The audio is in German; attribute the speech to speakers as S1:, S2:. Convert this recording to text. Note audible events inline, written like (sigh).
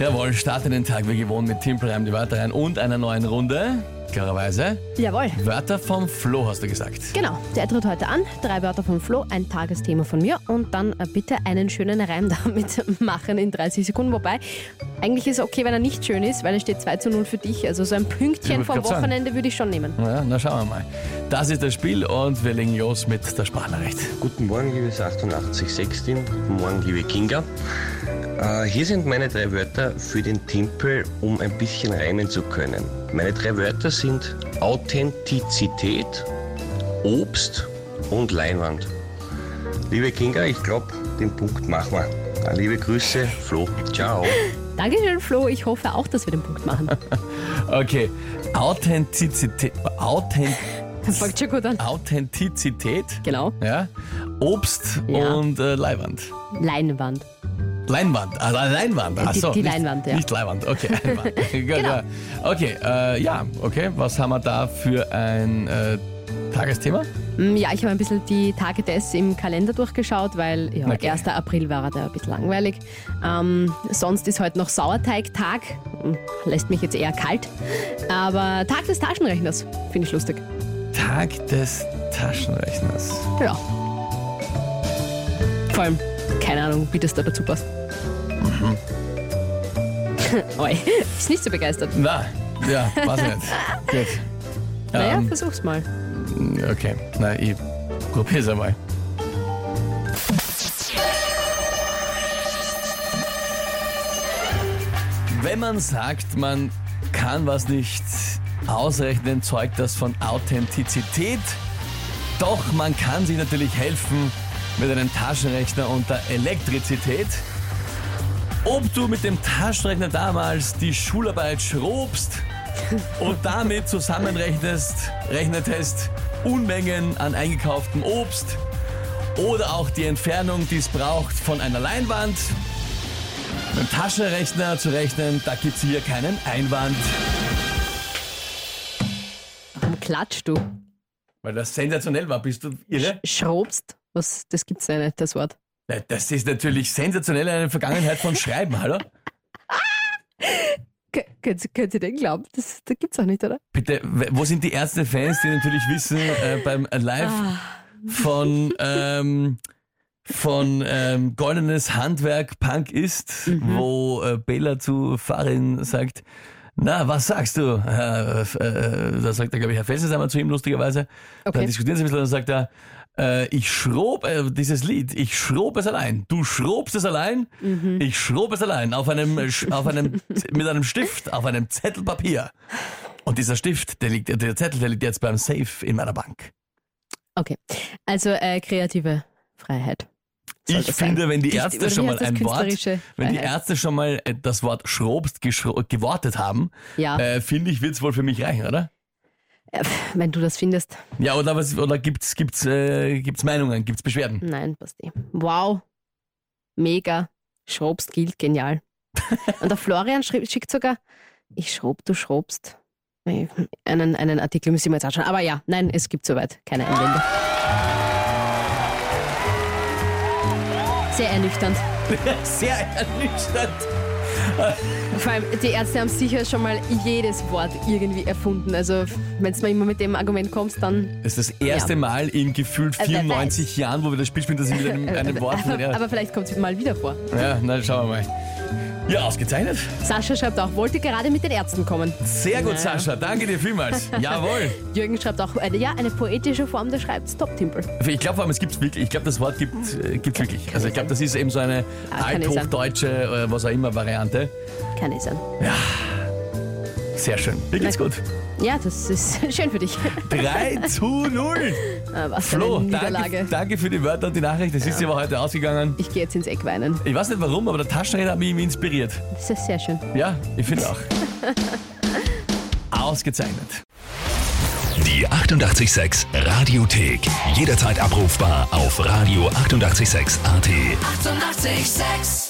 S1: Jawohl, starte den Tag wie gewohnt mit Timpel, reimt die Wörter rein und einer neuen Runde. Klarerweise.
S2: Jawohl.
S1: Wörter vom Flo hast du gesagt.
S2: Genau, der tritt heute an. Drei Wörter von Flo, ein Tagesthema von mir und dann äh, bitte einen schönen Reim (laughs) damit machen in 30 Sekunden. Wobei, eigentlich ist es okay, wenn er nicht schön ist, weil es steht 2 zu 0 für dich. Also so ein
S1: Ich
S2: Pünktchen
S1: würd
S2: vom
S1: grad sagen.
S2: Wochenende würde ich schon nehmen.
S1: Ja, na schauen wir mal. Das ist das Spiel und wir legen los mit der Sprachnachricht.
S3: Guten Morgen, liebes 886-Team. Guten Morgen, liebe Kinga. Äh, hier sind meine drei Wörter für den Tempel, um ein bisschen reimen zu können. Meine drei Wörter sind Authentizität, Obst und Leinwand. Liebe Kinga, ich glaube, den Punkt machen wir. Liebe Grüße, Flo. Ciao.
S2: Dankeschön, Flo. Ich hoffe auch, dass wir den Punkt machen. (laughs)
S1: Okay, Authentizität. Authent
S2: Das fängt schon gut an.
S1: Authentizität.
S2: Genau.
S1: Ja. Obst
S2: Ja.
S1: und äh, Leinwand.
S2: Leinwand.
S1: Leinwand, also Leinwand. Ach
S2: die-
S1: so,
S2: die
S1: nicht,
S2: Leinwand, ja. Genau.
S1: Nicht Leinwand,
S2: (laughs)
S1: okay. Leinwand. Gut, ja. Okay, äh, ja, okay. Was haben wir da für ein äh, Tagesthema?
S2: Hm, Ja, ich habe ein bisschen die Tage des im Kalender durchgeschaut, weil ja,
S1: Okay.
S2: 1. April war er da ein bisschen langweilig. Ähm, sonst ist heute noch Sauerteigtag. Hm, Lässt mich jetzt eher kalt. Aber Tag des Taschenrechners finde ich lustig.
S1: Tag des Taschenrechners.
S2: Ja. Vor allem, keine Ahnung, wie das da dazu passt. (laughs) Oi, ist nicht so begeistert.
S1: Na, ja, weiß ich nicht. Gut.
S2: Naja,
S1: Ähm,
S2: versuch's mal.
S1: Okay, na, ich probier's einmal. Wenn man sagt, man kann was nicht ausrechnen, zeugt das von Authentizität. Doch man kann sich natürlich helfen mit einem Taschenrechner und der Elektrizität. Ob du mit dem Taschenrechner damals die Schularbeit schrobst, und damit zusammenrechnest, rechnetest Unmengen an eingekauftem Obst oder auch die Entfernung, die es braucht von einer Leinwand. Mit dem Taschenrechner zu rechnen, da gibt's hier keinen Einwand.
S2: Warum klatschst du?
S1: Weil das sensationell war, bist du irre?
S2: Schrobst? Was, das gibt's ja nicht, das Wort.
S1: Na, Das ist natürlich sensationell in der Vergangenheit von Schreiben, hallo?
S2: Kö- Könnt, ihr- könnt ihr den glauben? Das, das gibt's auch nicht, oder?
S1: Bitte, w- wo sind die Ärztefans, die natürlich wissen, äh, beim Live von, ähm, von ähm, Goldenes Handwerk Punk ist, wo äh, Bela zu Farin sagt, na, was sagst du? Herr, F- äh, da sagt er, glaube ich, Herr Fessensheimer zu ihm, lustigerweise.
S2: Okay.
S1: Dann diskutieren sie ein bisschen und dann sagt er, äh, ich schrob äh, dieses Lied, ich schrob es allein. Du schrobst es allein, ich schrob es allein auf einem, äh, Sch- auf einem, mit einem Stift, auf einem Zettel Papier. Und dieser Stift, der liegt, der Zettel, der liegt jetzt beim Safe in meiner Bank.
S2: Okay. Also äh, kreative Freiheit. soll
S1: Ich
S2: das sein.
S1: finde, wenn die
S2: Dicht- oder
S1: Ärzte
S2: wie
S1: schon mal
S2: heißt das?
S1: ein Wort,
S2: Künstlerische
S1: wenn die
S2: Freiheit.
S1: Ärzte schon mal äh, das Wort schrobst geschro gewortet haben,
S2: Ja,
S1: äh, finde ich, wird es wohl für mich reichen, oder?
S2: Äh, pff, wenn du das findest.
S1: Ja, oder was, oder gibt's, gibt's, äh, gibt's Meinungen, gibt's
S2: (laughs)
S1: Beschwerden?
S2: Nein, passt eh. Wow. Mega. Schrobst gilt, genial. Und der Florian schrieb, schickt sogar, ich schrob, du schrobst. Nee, Einen, einen Artikel müssen wir jetzt anschauen. Aber ja, nein, es gibt soweit keine Einwände. Sehr ernüchternd.
S1: Sehr ernüchternd.
S2: Vor allem, die Ärzte haben sicher schon mal jedes Wort irgendwie erfunden. Also, wenn du mal immer mit dem Argument kommst, dann.
S1: Das ist das erste
S2: Ja.
S1: Mal in gefühlt
S2: wer
S1: 94 Jahren, wo wir das Spiel spielen, dass ich mit
S2: (laughs)
S1: einem, einem Wort von
S2: Äh, also, aber,
S1: ja,
S2: aber vielleicht kommt es mal wieder vor.
S1: ja, na, schauen wir mal. Ja, ausgezeichnet.
S2: Sascha schreibt auch, wollte gerade mit den Ärzten kommen.
S1: Sehr gut, Sascha. Danke dir
S2: (laughs)
S1: vielmals. Jawohl.
S2: Jürgen schreibt auch, äh, ja, eine poetische Form des Schreibens. Top-Timpel.
S1: Ich glaube, es gibt's wirklich. Ich glaube, das Wort gibt äh, gibt's wirklich. Also ich glaube, das ist eben so eine
S2: Ah, kann nicht sein.
S1: althochdeutsche, äh, was auch immer Variante.
S2: Kann eh sein.
S1: Sehr schön. Mir geht's gut.
S2: Ja, das ist (laughs) schön für dich. (laughs)
S1: 3 zu 0.
S2: Äh, Was für
S1: Flo,
S2: eine
S1: danke,
S2: Niederlage.
S1: danke für die Wörter und die Nachricht. Das ist ja aber heute ausgegangen.
S2: Ich gehe jetzt ins Eck weinen.
S1: Ich weiß nicht warum, aber der Taschenrechner hat mich irgendwie inspiriert.
S2: Das ist sehr schön.
S1: Ja, ich finde
S2: (laughs)
S1: auch. Ausgezeichnet.
S4: Die 886 Radiothek. Jederzeit abrufbar auf radio886.at. 886!
S5: 886